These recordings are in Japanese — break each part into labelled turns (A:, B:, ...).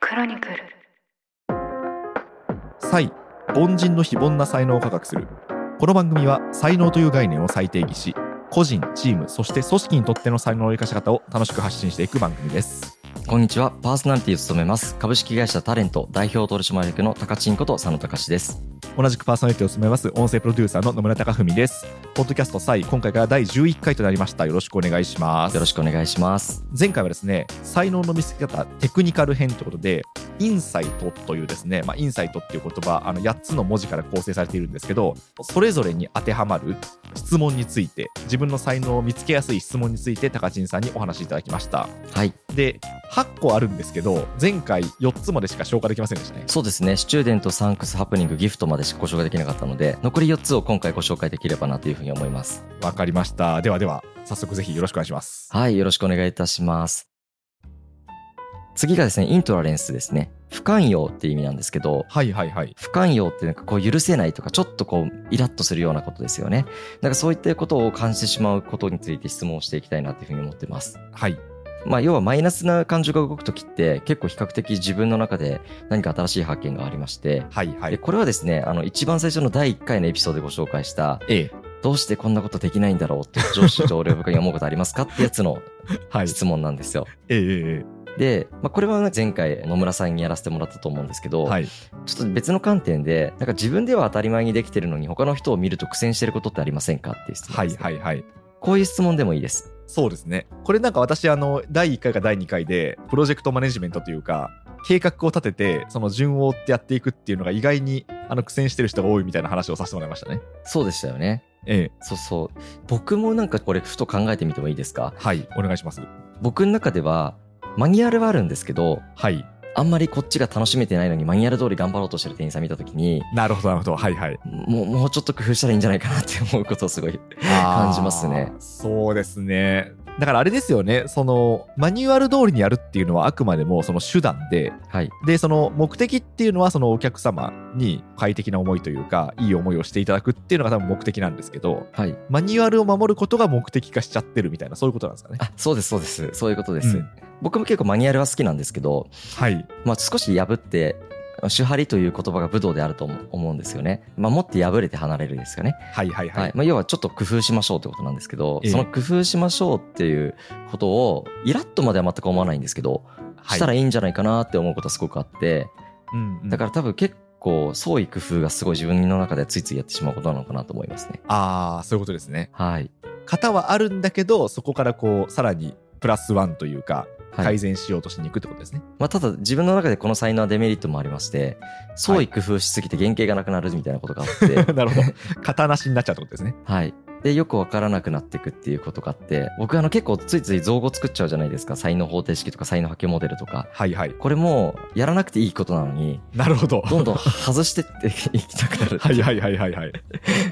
A: クロニクル
B: 才凡人の非凡な才能を科学するこの番組は才能という概念を再定義し個人チームそして組織にとっての才能の生かし方を楽しく発信していく番組です
C: こんにちは。パーソナリティを務めます。株式会社タレント代表取締役の高知んこと佐野隆です。
B: 同じくパーソナリティを務めます音声プロデューサーの野村貴文ですポッドキャスト才今回から第11回となりましたよろしくお願いします
C: よろしくお願いします。
B: 前回はですね才能の見つけ方テクニカル編ということでインサイトというですね、まあ、インサイトっていう言葉あの8つの文字から構成されているんですけどそれぞれに当てはまる質問について自分の才能を見つけやすい質問について高知さんにお話しいただきました
C: はい。
B: で8個あるんですけど前回4つまでしか消化できませんでしたね
C: そうですね。スチューデント、サンクス、ハプニング、ギフトまでしかご紹介できなかったので、残り4つを今回ご紹介できればなというふうに思います。
B: わかりましたではでは早速ぜひよろしくお願いします
C: はい。よろしくお願いいたします。次がですね、イントラレンスですね。不寛容っていう意味なんですけど、
B: はいはいはい
C: 不寛容ってなんかこう許せないとかちょっとこうイラッとするようなことですよね。なんかそういったことを感じてしまうことについて質問をしていきたいなというふうに思ってます。
B: はい
C: まあ要はマイナスな感情が動くときって結構比較的自分の中で何か新しい発見がありまして、
B: はいは
C: で
B: い
C: これはですね、あの一番最初の第1回のエピソードでご紹介した、
B: A
C: どうしてこんなことできないんだろうって上司上僚部下に思うことありますかってやつの
B: はい
C: 質問なんですよ。
B: A A
C: で、まあ、これはね前回野村さんにやらせてもらったと思うんですけど、
B: はい
C: ちょっと別の観点で、なんか自分では当たり前にできてるのに他の人を見ると苦戦してることってありませんかっていう質問
B: は
C: で
B: い
C: す、
B: はいはい
C: こういう質問でもいいです。
B: そうですね。これなんか私、あの、第1回か第2回で、プロジェクトマネジメントというか、計画を立てて、その順を追ってやっていくっていうのが意外に、あの、苦戦してる人が多いみたいな話をさせてもらいましたね。
C: そうでしたよね。
B: ええ、
C: そうそう。僕もなんかこれふと考えてみてもいいですか
B: はい、お願いします。
C: 僕の中ではマニュアルはあるんですけど、
B: はい。
C: あんまりこっちが楽しめてないのにマニュアル通り頑張ろうとしてる店員さん見たときに、
B: なるほど、なるほど。はいはい。
C: もう、もうちょっと工夫したらいいんじゃないかなって思うことをすごい。 感じますね
B: あー。そうですね。だからあれですよね、その、マニュアル通りにやるっていうのはあくまでもその手段で、
C: はい。
B: で、その目的っていうのは、そのお客様に快適な思いというか、いい思いをしていただくっていうのが多分目的なんですけど、
C: はい。
B: マニュアルを守ることが目的化しちゃってるみたいな、そういうことなんですかね。
C: あ、そうです、そうです。そういうことです。
B: うん
C: 僕も結構マニュアルは好きなんですけど、
B: はい。
C: まあ、少し破って、手張りという言葉が武道であると思思うんですよね。守って破れて離れるですよね。
B: はいはい
C: はい。
B: はい。
C: まあ、要はちょっと工夫しましょうってことなんですけど、
B: ええ
C: その工夫しましょうっていうことを、イラッとまでは全く思わないんですけど、
B: はい
C: したらいいんじゃないかなって思うことはすごくあって、
B: うんうん
C: だから多分結構創意工夫がすごい自分の中ではついついやってしまうことなのかなと思いますね。
B: ああ、そういうことですね。
C: はい。
B: 型はあるんだけど、そこからこう、さらにプラスワンというか、
C: はい
B: 改善しようとしに行くってことですね。
C: まあ、ただ自分の中でこの才能はデメリットもありまして創意工夫しすぎて原型がなくなる みたいなことがあって、はい
B: なるほど。型なしになっちゃうってことですね。
C: でよく分からなくなっていくっていうことがあって僕あの結構ついつい造語作っちゃうじゃないですか才能方程式とか才能波形モデルとか
B: はいはい。
C: これもやらなくていいことなの に
B: なるほど。
C: どんどん外してっていきたくなる
B: はいはいはいはいはい。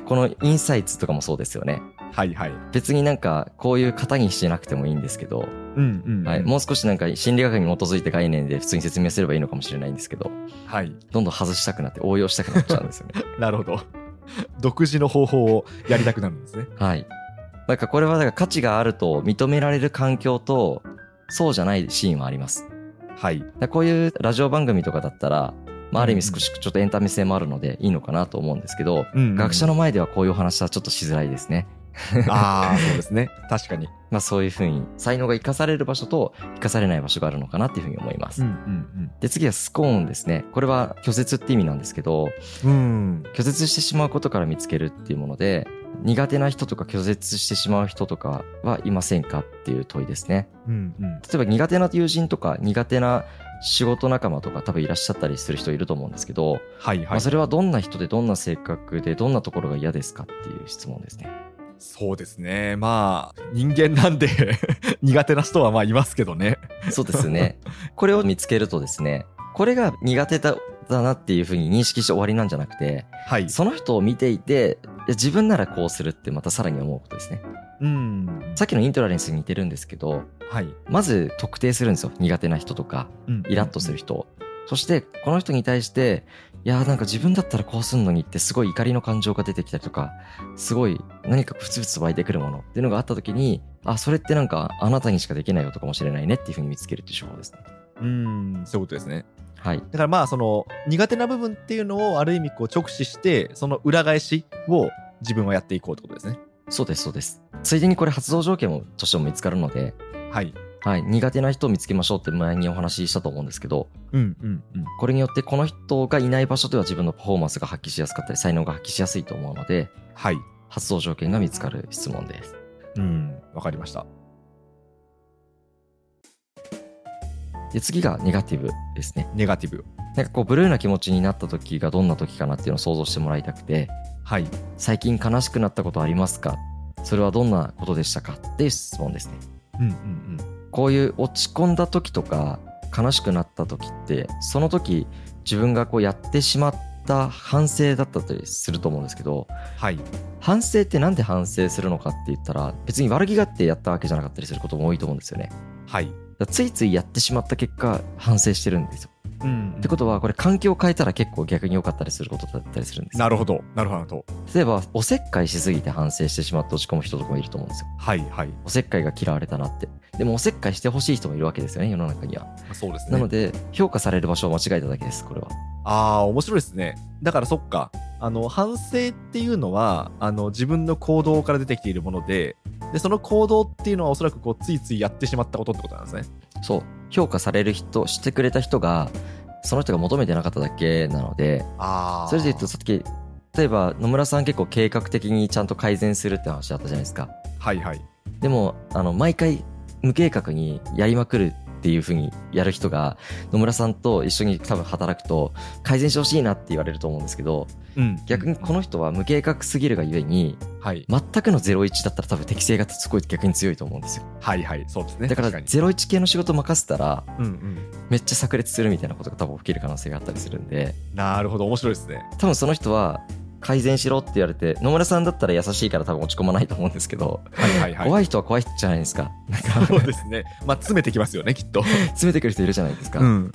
C: このインサイツとかもそうですよね
B: はいはい。
C: 別になんかこういう型にしなくてもいいんですけど、
B: うんうんうん。
C: はい、もう少しなんか心理学に基づいた概念で普通に説明すればいいのかもしれないんですけど
B: はい。
C: どんどん外したくなって応用したくなっちゃうんですよ ね
B: なるほど。独自の方法をやりたくなるんですね。
C: はい。なんかこれはだから価値があると認められる環境と、そうじゃないシーンはあります。
B: はい。
C: だからこういうラジオ番組とかだったら、まあ、ある意味少しちょっとエンタメ性もあるのでいいのかなと思うんですけど、
B: うんうん
C: 学者の前ではこういうお話はちょっとしづらいですね。
B: ああ、そうですね。確かに。
C: まあそういうふうに才能が生かされる場所と生かされない場所があるのかなっていうふうに思います。
B: ん
C: で次はスコーンですね。これは拒絶って意味なんですけど、
B: うんうん。うん。
C: 拒絶してしまうことから見つけるっていうもので、苦手な人とか拒絶してしまう人とかはいませんかっていう問いですね。
B: うんうん。
C: 例えば苦手な友人とか苦手な仕事仲間とか多分いらっしゃったりする人いると思うんですけど、
B: はい
C: ま
B: は
C: あ
B: い。
C: それはどんな人でどんな性格でどんなところが嫌ですかっていう質問ですね。
B: そうですね。まあ、人間なんで 苦手な人はまあいますけどね。
C: そうですね。 これを見つけるとですね、これが苦手だだなっていうふうに認識して終わりなんじゃなくて、
B: はい。
C: その人を見ていて、いや自分ならこうするってまたさらに思うことですね。
B: うん。
C: さっきのイントラレンスに似てるんですけど、
B: はい。
C: まず特定するんですよ。苦手な人とか、イラッとする人をそしてこの人に対していやーなんか自分だったらこうすんのにってすごい怒りの感情が出てきたりとかすごい何かプツプツ湧いてくるものっていうのがあった時にあそれってなんかあなたにしかできないことかもしれないねっていうふうに見つけるっていう手法ですね
B: うん。そういうことですね。
C: はい。
B: だからまあその苦手な部分っていうのをある意味こう直視してその裏返しを自分はやっていこうってことですね。
C: そうです、そうです。ついでにこれ発動条件もとしても見つかるので、
B: はい。
C: はい。苦手な人を見つけましょうって前にお話ししたと思うんですけど、
B: うんうんうん。
C: これによってこの人がいない場所では自分のパフォーマンスが発揮しやすかったり、才能が発揮しやすいと思うので、
B: はい。
C: 発動条件が見つかる質問です。
B: うん。わかりました。
C: で、次がネガティブですね。
B: ネガティブ。
C: なんかこう、ブルーな気持ちになった時がどんな時かなっていうのを想像してもらいたくて、
B: はい。
C: 最近悲しくなったことありますかそれはどんなことでしたかっていう質問ですね。
B: うんうん
C: こういう落ち込んだ時とか悲しくなった時ってその時自分がこうやってしまった反省だったりすると思うんですけど
B: うん。はい。
C: 反省ってなんで反省するのかって言ったら別に悪気があってやったわけじゃなかったりすることも多いと思うんですよね。だか
B: はい。
C: らついついやってしまった結果反省してるんですよ。
B: うん
C: ってことはこれ環境を変えたら結構逆に良かったりすることだったりするんですよ
B: なるほど。なるほどなるほど。
C: 例えばおせっかいしすぎて反省してしまって落ち込む人とかもいると思うんですよ。
B: はいはい。ま
C: おせっかいが嫌われたなって。でもおせっかいしてほしい人もいるわけですよね世の中には。
B: あそうですね。
C: なので、評価される場所を間違えただけです、これは。
B: ああ、面白いですね。だからそっか。あの、反省っていうのは、あの、自分の行動から出てきているもので、で、その行動っていうのはおそらくこう、ついついやってしまったことってことなんですね。
C: そう。評価される人、してくれた人が、その人が求めてなかっただけなので、
B: あ
C: それで言うと、さっき、例えば野村さん結構計画的にちゃんと改善するって話あったじゃないですか。
B: はいはい。
C: でも、あの、毎回無計画にやりまくるっていう風にやる人が、野村さんと一緒に多分働くと、改善してほしいなって言われると思うんですけど、
B: うん
C: 逆にこの人は無計画すぎるがゆえに、
B: はい。
C: 全くの01だったら多分適性がすごい逆に強いと思うんですよ。
B: はいはい。そうですね。
C: だから
B: 確か
C: 01系の仕事任せたら
B: に。うんうん。
C: めっちゃ炸裂するみたいなことが多分起きる可能性があったりするんで
B: なるほど。面白いですね。
C: 多分その人は改善しろって言われて野村さんだったら優しいから多分落ち込まないと思うんですけど、
B: はいはいはい。
C: 怖い人は怖いじゃないですか なんか
B: そうですね。まあ、詰めてきますよね、きっと。
C: 詰めてくる人いるじゃないですか、
B: ん。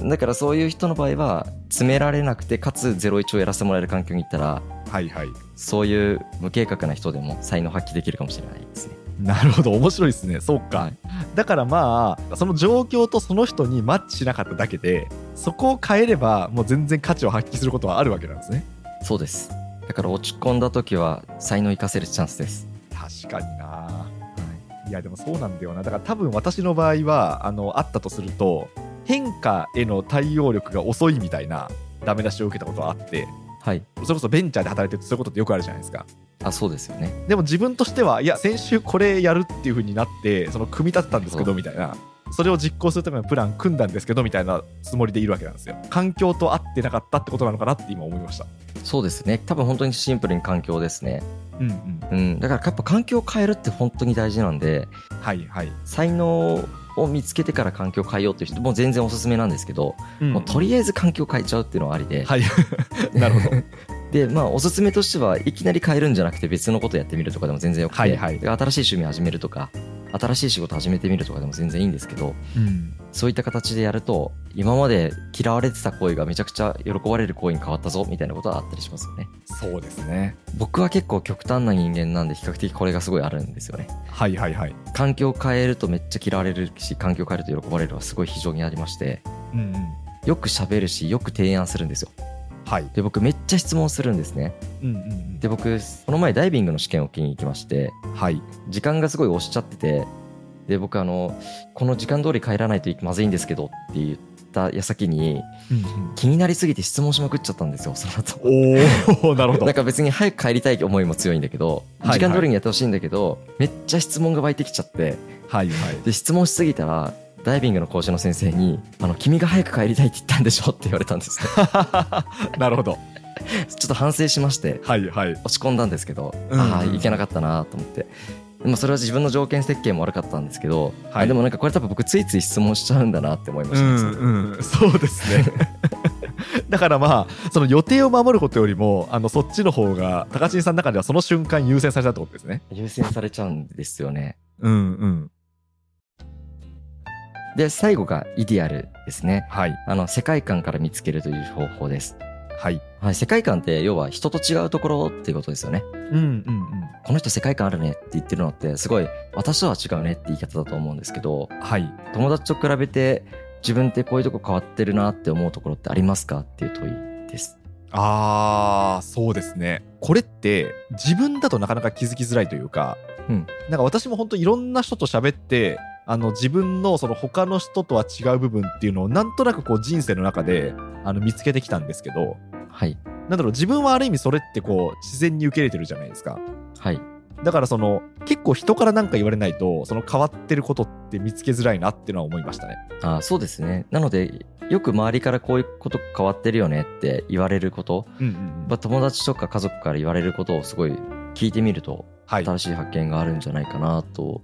C: だからそういう人の場合は詰められなくてかつ01をやらせてもらえる環境に行ったら
B: はいはい。
C: そういう無計画な人でも才能発揮できるかもしれないですね
B: なるほど。面白いですね。そうか。
C: はい
B: だからまあその状況とその人にマッチしなかっただけでそこを変えればもう全然価値を発揮することはあるわけなんですね
C: そうですだから落ち込んだ時は才能生かせるチャンスです、
B: 確かにな、い、やでもそうなんだよなだから多分私の場合はあのあったとすると変化への対応力が遅いみたいなダメ出しを受けたことはあって
C: はい
B: それこそベンチャーで働いてるとそういうことってよくあるじゃないですか
C: あそうですよね
B: でも自分としてはいや先週これやるっていう風になってその組み立てたんですけどみたいなそれを実行するためのプラン組んだんですけどみたいなつもりでいるわけなんですよ環境と合ってなかったってことなのかなって今思いました
C: そうですね多分本当にシンプルに環境ですね、
B: うんうん
C: うん、だからやっぱ環境を変えるって本当に大事なんで
B: はいはい、
C: 才能を見つけてから環境を変えようっていう人も全然おすすめなんですけど、もうとりあえず環境を変えちゃうっていうのはありで、
B: はい なるほ ど
C: でまあおすすめとしてはいきなり変えるんじゃなくて別のことやってみるとかでも全然よくて、
B: はいはい
C: で新しい趣味始めるとか新しい仕事始めてみるとかでも全然いいんですけど
B: うん
C: そういった形でやると今まで嫌われてた行為がめちゃくちゃ喜ばれる行為に変わったぞみたいなことはあったりしますよね
B: そうですね
C: 僕は結構極端な人間なんで比較的これがすごいあるんですよね
B: はいはいはい
C: 環境を変えるとめっちゃ嫌われるし環境を変えると喜ばれるはすごい非常にありまして
B: うんうん
C: よく喋るしよく提案するんですよ
B: はい
C: で僕めっちゃ質問するんですね
B: うんうんうん
C: で僕この前ダイビングの試験を受けに行きまして
B: はい
C: 時間がすごい押しちゃっててで僕あのこの時間通り帰らないとまずいんですけどって言った矢先に気になりすぎて質問しまくっちゃったんですよその後
B: おお なるほど
C: なんか別に早く帰りたい思いも強いんだけど、
B: はいはい
C: 時間通りにやってほしいんだけどめっちゃ質問が湧いてきちゃって
B: はいはい
C: で質問しすぎたらダイビングの講師の先生に「あの君が早く帰りたいって言ったんでしょ?」って言われたんですね
B: なるほど
C: ちょっと反省しまして
B: はいはい
C: 落ち込んだんですけど、
B: うん
C: ああいけなかったなと思って。まあ、それは自分の条件設計も悪かったんですけど、
B: はい
C: あでもなんかこれ多分僕ついつい質問しちゃうんだなって思いま
B: う
C: したね、
B: んうん、そうですね。 だからまあその予定を守ることよりもあのそっちの方が高知さんの中ではその瞬間優先されたってことですね。
C: 優先されちゃうんですよね
B: うんうん。
C: で最後がイディアルですね
B: はい
C: あの世界観から見つけるという方法です、
B: はい。
C: はい、世界観って要は人と違うところっていうことですよね
B: うんうんう
C: この人世界観あるねって言ってるのってすごい私とは違うねって言い方だと思うんですけど
B: ん。はい。
C: 友達と比べて自分ってこういうとこ変わってるなって思うところってありますかっていう問いです。
B: あーそうですねこれって自分だとなかなか気づきづらいというか、
C: うん
B: なんか私も本当いろんな人と喋ってあの自分のその他の人とは違う部分っていうのをなんとなくこう人生の中であの見つけてきたんですけど
C: はい。
B: なんだろう自分はある意味それってこう自然に受け入れてるじゃないですか
C: はい。
B: だからその結構人からなんか言われないとその変わってることって見つけづらいなっていうのは思いましたね
C: あーそうですね。なので、よく周りからこういうこと変わってるよねって言われること、
B: うんうん、
C: まあ、友達とか家族から言われることをすごい聞いてみると、
B: はい、うん
C: 新しい発見があるんじゃないかなと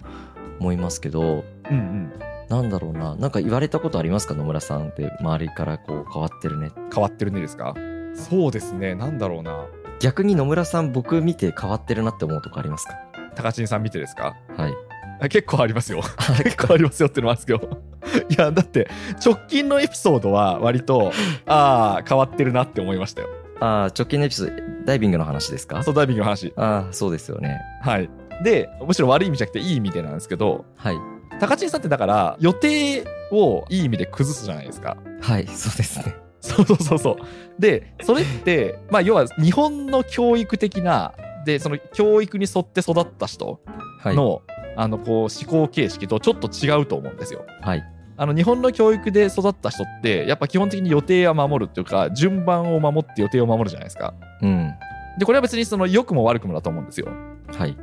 C: 思いますけど、
B: うん、
C: なんだろうな、なんか言われたことありますか野村さんって周りからこう変わってるね。
B: 変わってるねですかそうですねなんだろうな
C: 逆に野村さん僕見て変わってるなって思うとこありますか
B: 高知さん見てですか
C: はい。
B: あ結構ありますよ。 結構ありますよってのもあるんですけど。 いや、だって、直近のエピソードは割と、ああ、変わってるなって思いましたよ。
C: ああ、直近のエピソード、ダイビングの話ですか
B: ソダイビングの話。
C: ああ、そうですよね。
B: はい。で、むしろ悪い意味じゃなくていい意味でなんですけど、
C: はい。
B: 高知さんってだから、予定をいい意味で崩すじゃないですか。
C: はい、そうですね。
B: そうそうそうそう。で、それって、まあ、要は日本の教育的な、で、その教育に沿って育った人
C: はい。
B: の、あの、こう、思考形式とちょっと違うと思うんですよ。
C: はい。
B: あの日本の教育で育った人ってやっぱ基本的に予定は守るっていうか順番を守って予定を守るじゃないですか
C: うん。
B: でこれは別にその良くも悪くもだと思うんですよ
C: はい。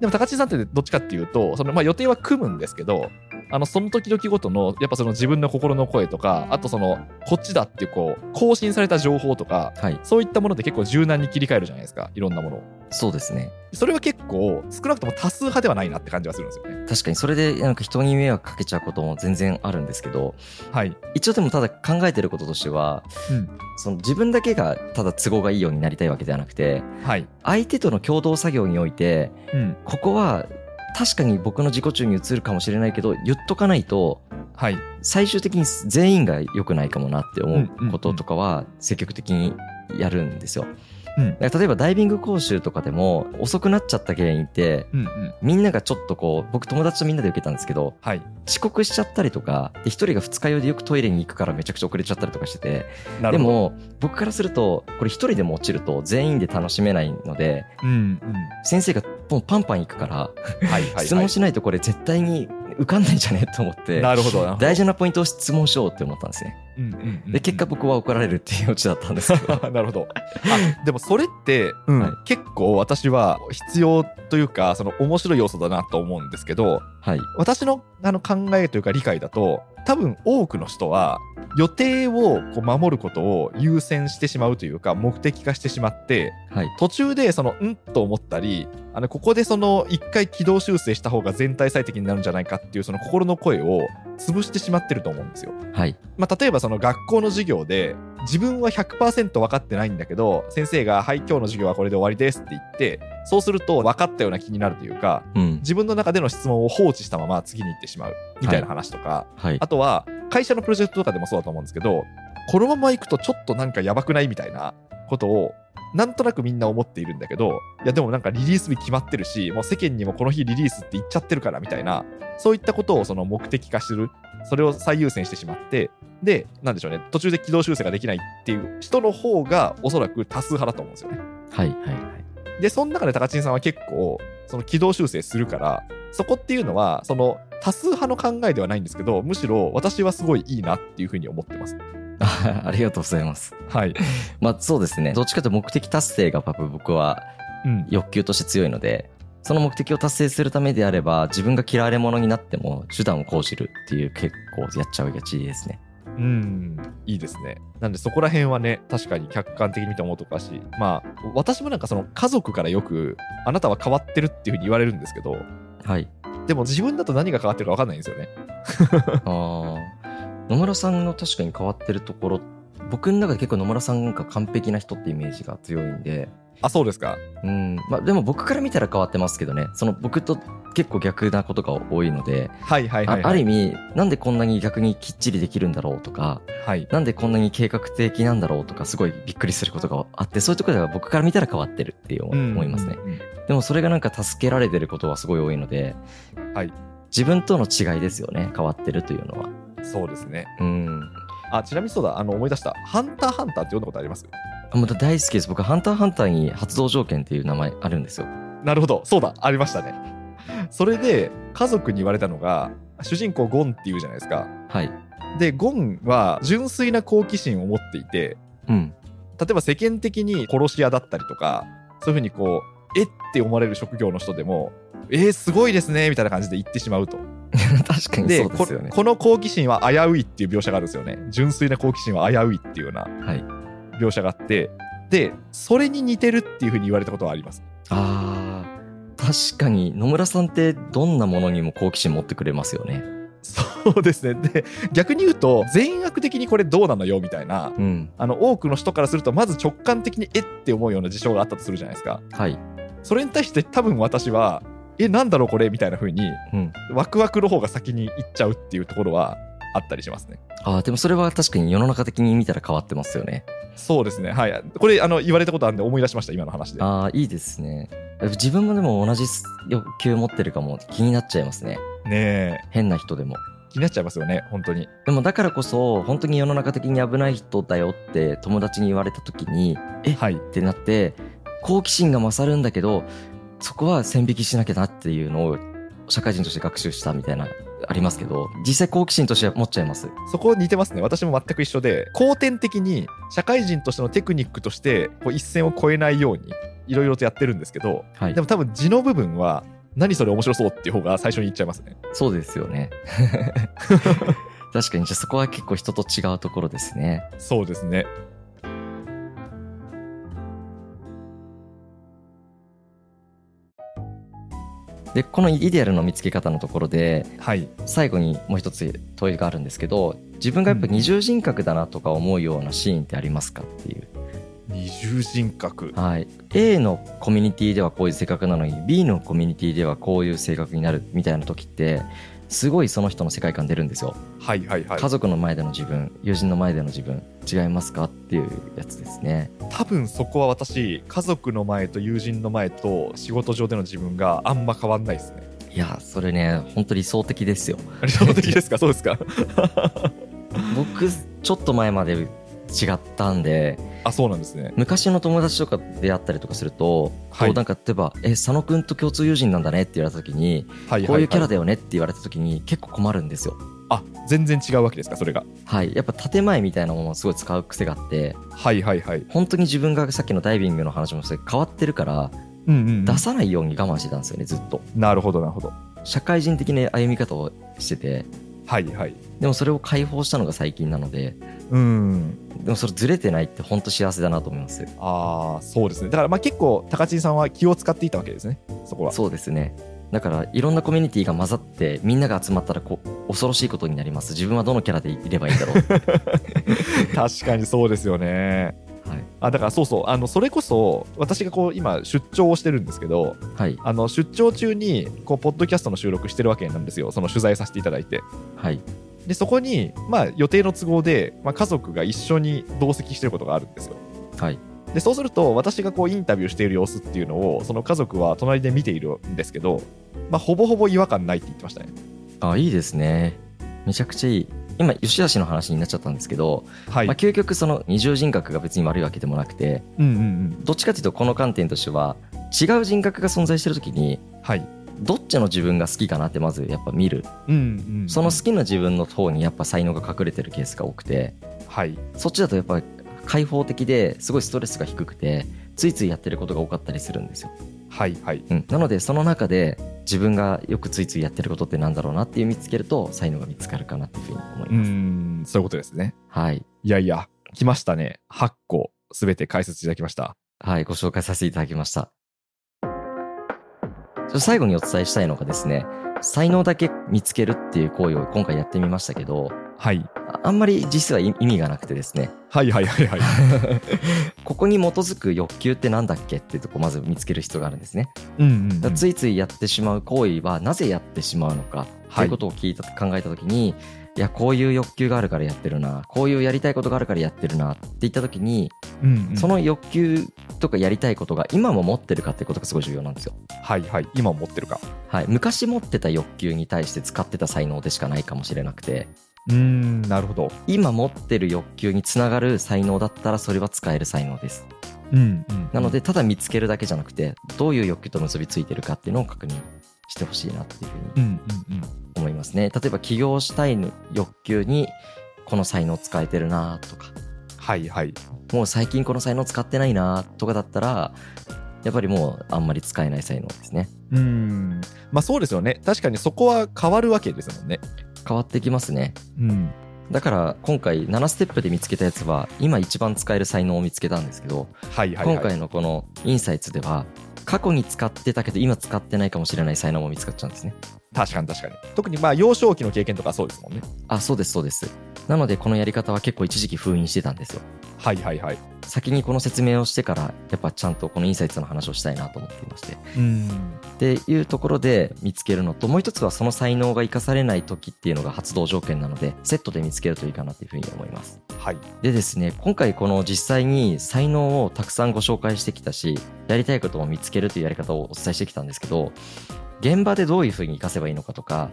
B: でも高知さんってどっちかっていうとその、まあ、予定は組むんですけどあのその時々ごとのやっぱその自分の心の声とかあとそのこっちだっていうこう更新された情報とか
C: はい。
B: そういったもので結構柔軟に切り替えるじゃないですかいろんなものを
C: そうですね。
B: それは結構少なくとも多数派ではないなって感じはするんですよね
C: 確かにそれでなんか人に迷惑かけちゃうことも全然あるんですけど、
B: はい
C: 一応でもただ考えてることとしては、
B: うん
C: その自分だけがただ都合がいいようになりたいわけではなくて、
B: はい
C: 相手との共同作業において、
B: うん
C: ここは確かに僕の自己中に移るかもしれないけど、言っとかないと、
B: はい
C: 最終的に全員が良くないかもなって思うこととかは積極的にやるんですよ。
B: うん
C: だから例えばダイビング講習とかでも遅くなっちゃった原因って
B: うんうん
C: みんながちょっとこう僕友達とみんなで受けたんですけど
B: はい
C: 遅刻しちゃったりとかで一人が二日酔いでよくトイレに行くからめちゃくちゃ遅れちゃったりとかしてて
B: な
C: で
B: るほど
C: も僕からするとこれ一人でも落ちると全員で楽しめないので
B: うん
C: 先生がもうパンパン行くから
B: うんはいはい、はい、
C: 質問しないとこれ絶対に受かんないんじゃねと思って
B: なるほどな。
C: 大事なポイントを質問しようって思ったんですね。で、結果僕は怒られるっていうオ チだったんで すけど。
B: 果なるほど。 あでもそれって、うん
C: はい
B: 結構私は必要というかその面白い要素だなと思うんですけど
C: はい。
B: 私のあの考えというか理解だと多分多くの人は予定をこう守ることを優先してしまうというか目的化してしまって
C: はい。
B: 途中でそのうんと思ったりあのここでその一回軌道修正した方が全体最適になるんじゃないかっていうその心の声を潰してしまってると思うんですよ。
C: はい。
B: まあ、例えばその学校の授業で自分は100%分かってないんだけど先生が「はい今日の授業はこれで終わりです」って言ってそうすると分かったような気になるというか
C: うん。
B: 自分の中での質問を放置したまま次に行ってしまうみたいな話とか、
C: はい
B: あ。とは会社のプロジェクトとかでもそうだと思うんですけどこのまま行くとちょっとなんかやばくないみたいなことをなんとなくみんな思っているんだけどいやでもなんかリリース日決まってるしもう世間にもこの日リリースって言っちゃってるからみたいなそういったことをその目的化するそれを最優先してしまってでなんでしょうね途中で軌道修正ができないっていう人の方がおそらく多数派だと思うんですよね。
C: はい。はい。はい
B: で、その中で高知さんは結構、その軌道修正するから、そこっていうのは、その多数派の考えではないんですけど、むしろ私はすごいいいなっていうふうに思ってます。
C: あありがとうござい ます。
B: はい。
C: まあそうですね。どっちかというと目的達成がパパ僕は
B: うん。
C: 欲求として強いので、その目的を達成するためであれば、自分が嫌われ者になっても手段を講じるっていう結構やっちゃうがちですね。
B: うん。いいですね。なんでそこら辺はね、確かに客観的に見て思うとこだし、まあ、私もなんかその家族からよく、あなたは変わってるっていうふうに言われるんですけど、
C: はい。
B: でも自分だと何が変わってるか分かんないんですよね。
C: ああ。野村さんの確かに変わってるところ、僕の中で結構野村さんが完璧な人ってイメージが強いんで、
B: あ、そうですか。
C: うんまあ、でも僕から見たら変わってますけどねその僕と結構逆なことが多いので、
B: はいはい
C: あ
B: はい、はい。
C: ある意味なんでこんなに逆にきっちりできるんだろうとか
B: はい。
C: なんでこんなに計画的なんだろうとかすごいびっくりすることがあってそういうところでは僕から見たら変わってるっていう思
B: うん
C: 思いますね、。
B: うん
C: でもそれがなんか助けられてることはすごい多いので、
B: はい
C: 自分との違いですよね変わってるというのは
B: そうですね。
C: うん。
B: あ、ちなみにそうだ、あの思い出した、ハンターハンターって読んだことあります
C: あもう大好きです。僕、ハンターハンターに発動条件っていう名前あるんですよ。
B: なるほど、そうだ、ありましたね。それで、家族に言われたのが、主人公ゴンっていうじゃないですか。
C: はい。
B: で、ゴンは純粋な好奇心を持っていて、
C: うん。
B: 例えば世間的に殺し屋だったりとか、そういうふうにこう、えって思われる職業の人でも、えー、すごいですねみたいな感じで言ってしまうと。
C: 確かに
B: で
C: そうですよね
B: こ。この好奇心は危ういっていう描写があるんですよね。純粋な好奇心は危ういっていうような
C: はい。
B: 描写があって、で、それに似てるっていうふうに言われたことはあります。
C: あー確かに野村さんってどんなものにも好奇心持ってくれますよね。
B: そうですね。で、逆に言うと、善悪的にこれどうなのよみたいな、
C: うん。
B: あの、多くの人からすると、まず直感的にえって思うような事象があったとするじゃないですか。
C: はい。
B: それに対して多分私は、え、なんだろうこれみたいな風に、
C: うん。
B: ワクワクの方が先に行っちゃうっていうところはあったりしますね。
C: あーでもそれは確かに世の中的に見たら変わってますよね。
B: そうですね。はい。これ、あの、言われたことあるんで思い出しました、今の話で。
C: あーいいですね。自分もでも同じ欲求持ってるかも気になっちゃいますね。
B: ねえ。
C: 変な人でも。
B: 気になっちゃいますよね、本当に。
C: でもだからこそ本当に世の中的に危ない人だよって友達に言われた時にえ
B: はい。
C: ってなって好奇心が勝るんだけどそこは線引きしなきゃなっていうのを社会人として学習したみたいなありますけど実際好奇心としては持っちゃいます
B: そこ似てますね。私も全く一緒で、後天的に社会人としてのテクニックとして、こう一線を越えないように、いろいろとやってるんですけど、
C: はい
B: でも多分字の部分は、何それ面白そうっていう方が最初に言っちゃいますね。
C: そうですよね確かにじゃあそこは結構人と違うところですね
B: そうですね。
C: でこのイデアルの見つけ方のところで
B: はい。
C: 最後にもう一つ問いがあるんですけど自分がやっぱ二重人格だなとか思うようなシーンってありますかっていう
B: 二重人格。
C: はい、A のコミュニティではこういう性格なのに B のコミュニティではこういう性格になるみたいな時ってすごいその人の世界観出るんですよ、
B: はいはいはい
C: 家。族の前での自分友人の前での自分違いますかっていうやつですね
B: 多分そこは私、家族の前と友人の前と仕事上での自分があんま変わんないです ね。
C: いやそれね本当理想的ですよ
B: 理想的ですかそうですか
C: 僕ちょっと前まで違ったんで
B: あ、そうなんですね。
C: 昔の友達とか出会ったりとかすると、
B: はい
C: こうなんか例えば「え佐野くんと共通友人なんだね」って言われた時に
B: はいはい、
C: 「こういうキャラだよね」って言われた時に結構困るんですよ
B: あ、全然違うわけですかそれが。
C: はい、やっぱ建前みたいなものをすごい使う癖があって
B: はいはいはい。
C: 本当に自分がさっきのダイビングの話もそれ変わってるから
B: うんうんうん
C: 出さないように我慢してたんですよねずっと
B: なるほどなるほど。
C: 社会人的な歩み方をしてて
B: はいはい。
C: でもそれを解放したのが最近なので
B: うん。
C: でもそれずれてないって本当幸せだなと思います
B: ああ、そうですね。だからまあ結構、高知さんは気を使っていたわけですね。そこは。
C: そうですねだからいろんなコミュニティが混ざってみんなが集まったらこう恐ろしいことになります自分はどのキャラでいればいいんだろう、
B: 確かにそうですよね。
C: はい
B: あだからそうそう、あのそれこそ、私がこう今、出張をしてるんですけど、
C: はい
B: あの出張中にこう、ポッドキャストの収録してるわけなんですよ、その取材させていただいて。
C: はい
B: で、そこに、まあ、予定の都合で、まあ、家族が一緒に同席してることがあるんですよ。
C: はい
B: でそうすると私がこうインタビューしている様子っていうのをその家族は隣で見ているんですけど、まあ、ほぼほぼ違和感ないって言ってましたね
C: あいいですねめちゃくちゃいい今吉田氏の話になっちゃったんですけど
B: はい、
C: まあ、究極その二重人格が別に悪いわけでもなくて
B: うんうん
C: どっちかというとこの観点としては違う人格が存在してる時に
B: うんはい
C: どっちの自分が好きかなってまずやっぱ見る
B: うんうん
C: その好きな自分の方にやっぱ才能が隠れてるケースが多くて
B: はい
C: そっちだとやっぱ開放的ですごいストレスが低くてついついやってることが多かったりするんですよ、
B: はいはい
C: うん、なのでその中で自分がよくついついやってることってなんだろうなっていう見つけると才能が見つかるかなっていうふうに思いうます、
B: んそういうことですね
C: はい、
B: いやいや来ましたね8個すべて解説いただきました
C: はい、ご紹介させていただきました。ちょ最後にお伝えしたいのがですね、才能だけ見つけるっていう行為を今回やってみましたけど、
B: はい
C: ああんまり実は意意味がなくてですね、
B: はいはいはい はい
C: ここに基づく欲求ってなんだっけっていうとこまず見つける必要があるんですね。
B: うんうんうん
C: だからついついやってしまう行為はなぜやってしまうのかって
B: はいいう
C: ことを聞いた、考えたときに、いや、こういう欲求があるからやってるな、こういうやりたいことがあるからやってるなって言ったときに、
B: うんうん
C: その欲求とかやりたいことが今も持ってるかってことがすごい重要なんですよ。
B: はいはい今持ってるか
C: はい、昔持ってた欲求に対して使ってた才能でしかないかもしれなくて
B: うーんなるほど。
C: 今持ってる欲求につながる才能だったらそれは使える才能です
B: うんうん
C: なのでただ見つけるだけじゃなくてどういう欲求と結びついてるかっていうのを確認してほしいなっていうふうに
B: うんうんうん
C: 思いますね例えば起業したいの欲求にこの才能使えてるなとか
B: はいはい。
C: もう最近この才能使ってないなとかだったらやっぱりもうあんまり使えない才能ですね
B: うーんまあそうですよね。確かにそこは変わるわけですもんね。
C: 変わってきますね
B: うん
C: だから今回7ステップで見つけたやつは今一番使える才能を見つけたんですけど
B: はいはいはい。
C: 今回のこのインサイツでは過去に使ってたけど今使ってないかもしれない才能も見つかっちゃうんですね
B: 確かに確かに。特にまあ幼少期の経験とかそうですもんね。
C: あそうですそうですなのでこのやり方は結構一時期封印してたんですよ
B: はいはいはい。
C: 先にこの説明をしてからやっぱちゃんとこのインサイツの話をしたいなと思っていまして
B: うん
C: っていうところで見つけるのともう一つはその才能が生かされない時っていうのが発動条件なのでセットで見つけるといいかなっていうふうに思います
B: はい。
C: でですね今回この実際に才能をたくさんご紹介してきたしやりたいことも見つけるというやり方をお伝えしてきたんですけど現場でどういうふうに活かせばいいのかとか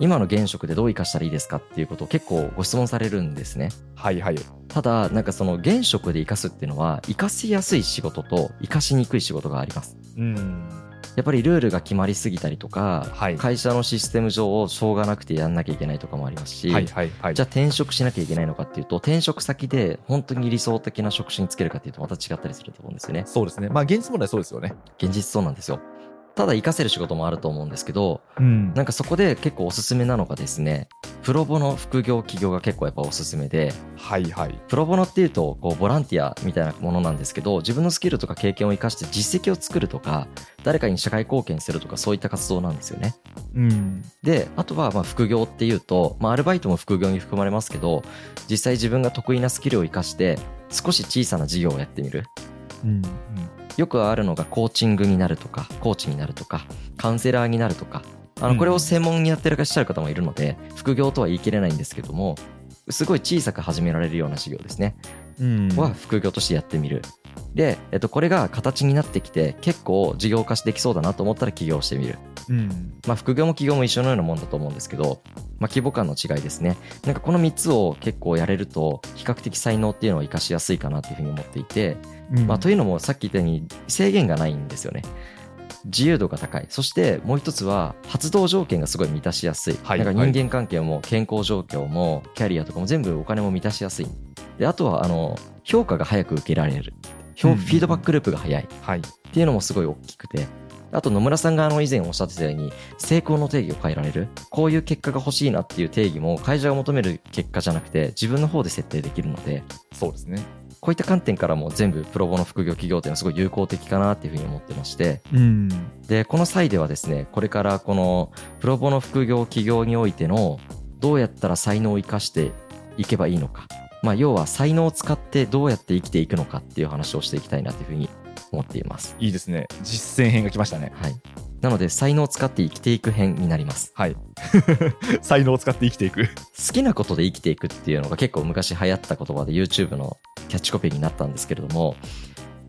C: 今の現職でどう生かしたらいいですかっていうことを結構ご質問されるんですね
B: はいはい。
C: ただなんかその現職で生かすっていうのは生かしやすい仕事と生かしにくい仕事があります
B: うん
C: やっぱりルールが決まりすぎたりとか、
B: はい
C: 会社のシステム上をしょうがなくてやんなきゃいけないとかもありますし、
B: はいはいはい。
C: じゃあ転職しなきゃいけないのかっていうと転職先で本当に理想的な職種につけるかっていうとまた違ったりすると思うんですよね
B: そうですね。まあ現実問題そうですよね。
C: 現実そうなんですよただ活かせる仕事もあると思うんですけど
B: うん
C: なんかそこで結構おすすめなのがですねプロボの副業企業が結構やっぱおすすめで
B: はいはい。
C: プロボノっていうとこうボランティアみたいなものなんですけど自分のスキルとか経験を生かして実績を作るとか誰かに社会貢献するとかそういった活動なんですよね
B: うん
C: であとはまあ副業っていうと、まあ、アルバイトも副業に含まれますけど実際自分が得意なスキルを生かして少し小さな事業をやってみる
B: うん
C: よくあるのがコーチングになるとかコーチになるとかカウンセラーになるとかあ
B: う
C: の
B: ん
C: これを専門にやってらっしゃる方もいるので副業とは言い切れないんですけどもすごい小さく始められるような事業ですね
B: うん
C: は副業としてやってみる。で、えっと、これが形になってきて結構事業化しできそうだなと思ったら起業してみる。
B: うん
C: まあ、副業も起業も一緒のようなもんだと思うんですけど、まあ、規模感の違いですね。なんかこの3つを結構やれると比較的才能っていうのを活かしやすいかなっていうふうに思っていて、
B: うん
C: まあ、というのもさっき言ったように制限がないんですよね。自由度が高い。そしてもう一つは発動条件がすごい満たしやすい。
B: はい
C: なんか人間関係も健康状況もキャリアとかも全部お金も満たしやすい。で、あとはあの、評価が早く受けられる。
B: う
C: 評
B: んうんうん
C: フィードバックループが早い。
B: はい
C: っていうのもすごい大きくて。あと野村さんがあの以前おっしゃってたように成功の定義を変えられるこういう結果が欲しいなっていう定義も会社が求める結果じゃなくて自分の方で設定できるので
B: そうですね。
C: こういった観点からも全部プロボの副業企業っていうのはすごい有効的かなっていうふうに思ってまして
B: うん
C: でこの際ではですねこれからこのプロボの副業企業においてのどうやったら才能を生かしていけばいいのか、まあ、要は才能を使ってどうやって生きていくのかっていう話をしていきたいなというふうに思っています。
B: いいですね。実践編が来ましたね。
C: はい、なので才能を使って生きていく編になりま す
B: はい。才能を使って生きていく。
C: 好きなことで生きていくっていうのが結構昔流行った言葉で YouTube のキャッチコピーになったんですけれども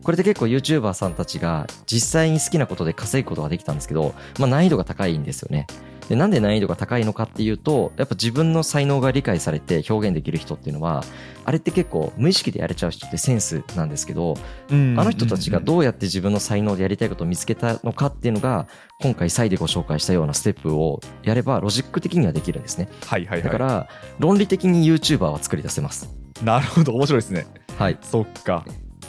C: これで結構 YouTuber さんたちが実際に好きなことで稼ぐことができたんですけど、まあ、難易度が高いんですよねでなんで難易度が高いのかっていうとやっぱ自分の才能が理解されて表現できる人っていうのはあれって結構無意識でやれちゃう人ってセンスなんですけど
B: あ
C: あ
B: の
C: の人たちが
B: う
C: どうやって自分の才能でやりたいことを見つけたのかっていうのが今回サイでご紹介したようなステップをやればロジック的にはできるんですね
B: はいはいはい。
C: だから、論理的に YouTuber は作り出せます
B: なるほど面白いですね。
C: はい
B: そっか。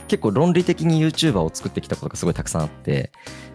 C: 結構論理的に YouTuber を作ってきたことがすごいたくさんあって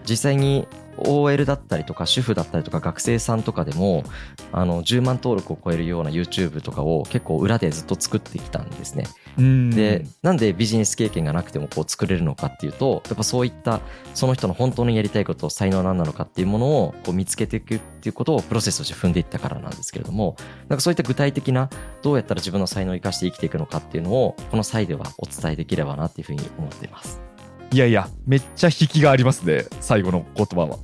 C: 実際に OL だったりとか主婦だったりとか学生さんとかでもあの10万登録を超えるような YouTube とかを結構裏でずっと作ってきたんですね
B: うん
C: で、なんでビジネス経験がなくてもこう作れるのかっていうと、やっぱそういったその人の本当にやりたいこと、才能は何なのかっていうものをこう見つけていくっていうことをプロセスとして踏んでいったからなんですけれども、なんかそういった具体的などうやったら自分の才能を生かして生きていくのかっていうのを、この際ではお伝えできればなっていうふうに思っています。
B: いやいやめっちゃ引きがありますね最後の言葉は。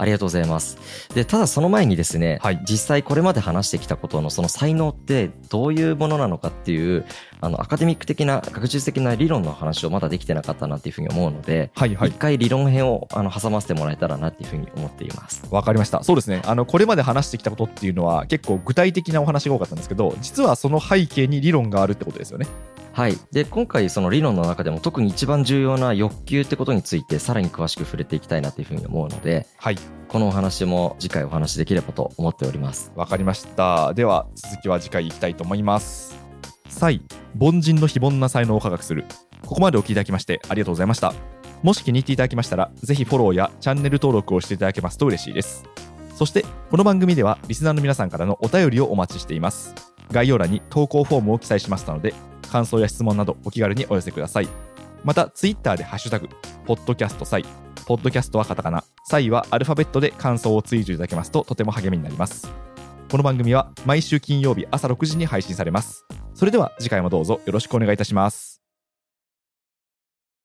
C: ありがとうございます。で、ただその前にですね、
B: はい
C: 実際これまで話してきたことのその才能ってどういうものなのかっていう、あの、アカデミック的な、学術的な理論の話をまだできてなかったなっていうふうに思うので、
B: はいは
C: 一
B: い。
C: 回理論編をあの挟ませてもらえたらなっていうふうに思っています。
B: わかりました。そうですね。あの、これまで話してきたことっていうのは、結構具体的なお話が多かったんですけど、実はその背景に理論があるってことですよね。
C: はい。で、今回その理論の中でも特に一番重要な欲求ってことについてさらに詳しく触れていきたいなというふうに思うので、
B: はい。
C: このお話も次回お話しできればと思っております。
B: わかりました。では、続きは次回いきたいと思います。サイ、凡人の非凡な才能を科学する。ここまでお聞きいただきましてありがとうございました。もし気に入っていただきましたら、ぜひフォローやチャンネル登録をしていただけますと嬉しいです。そして、この番組ではリスナーの皆さんからのお便りをお待ちしています。概要欄に投稿フォームを記載しましたので、感想や質問などお気軽にお寄せください。また、ツイッターでハッシュタグ、ポッドキャストサイ、ポッドキャストはカタカナ、サイはアルファベットで感想をツイートいただけますととても励みになります。この番組は毎週金曜日朝6時に配信されます。それでは次回もどうぞよろしくお願いいたします。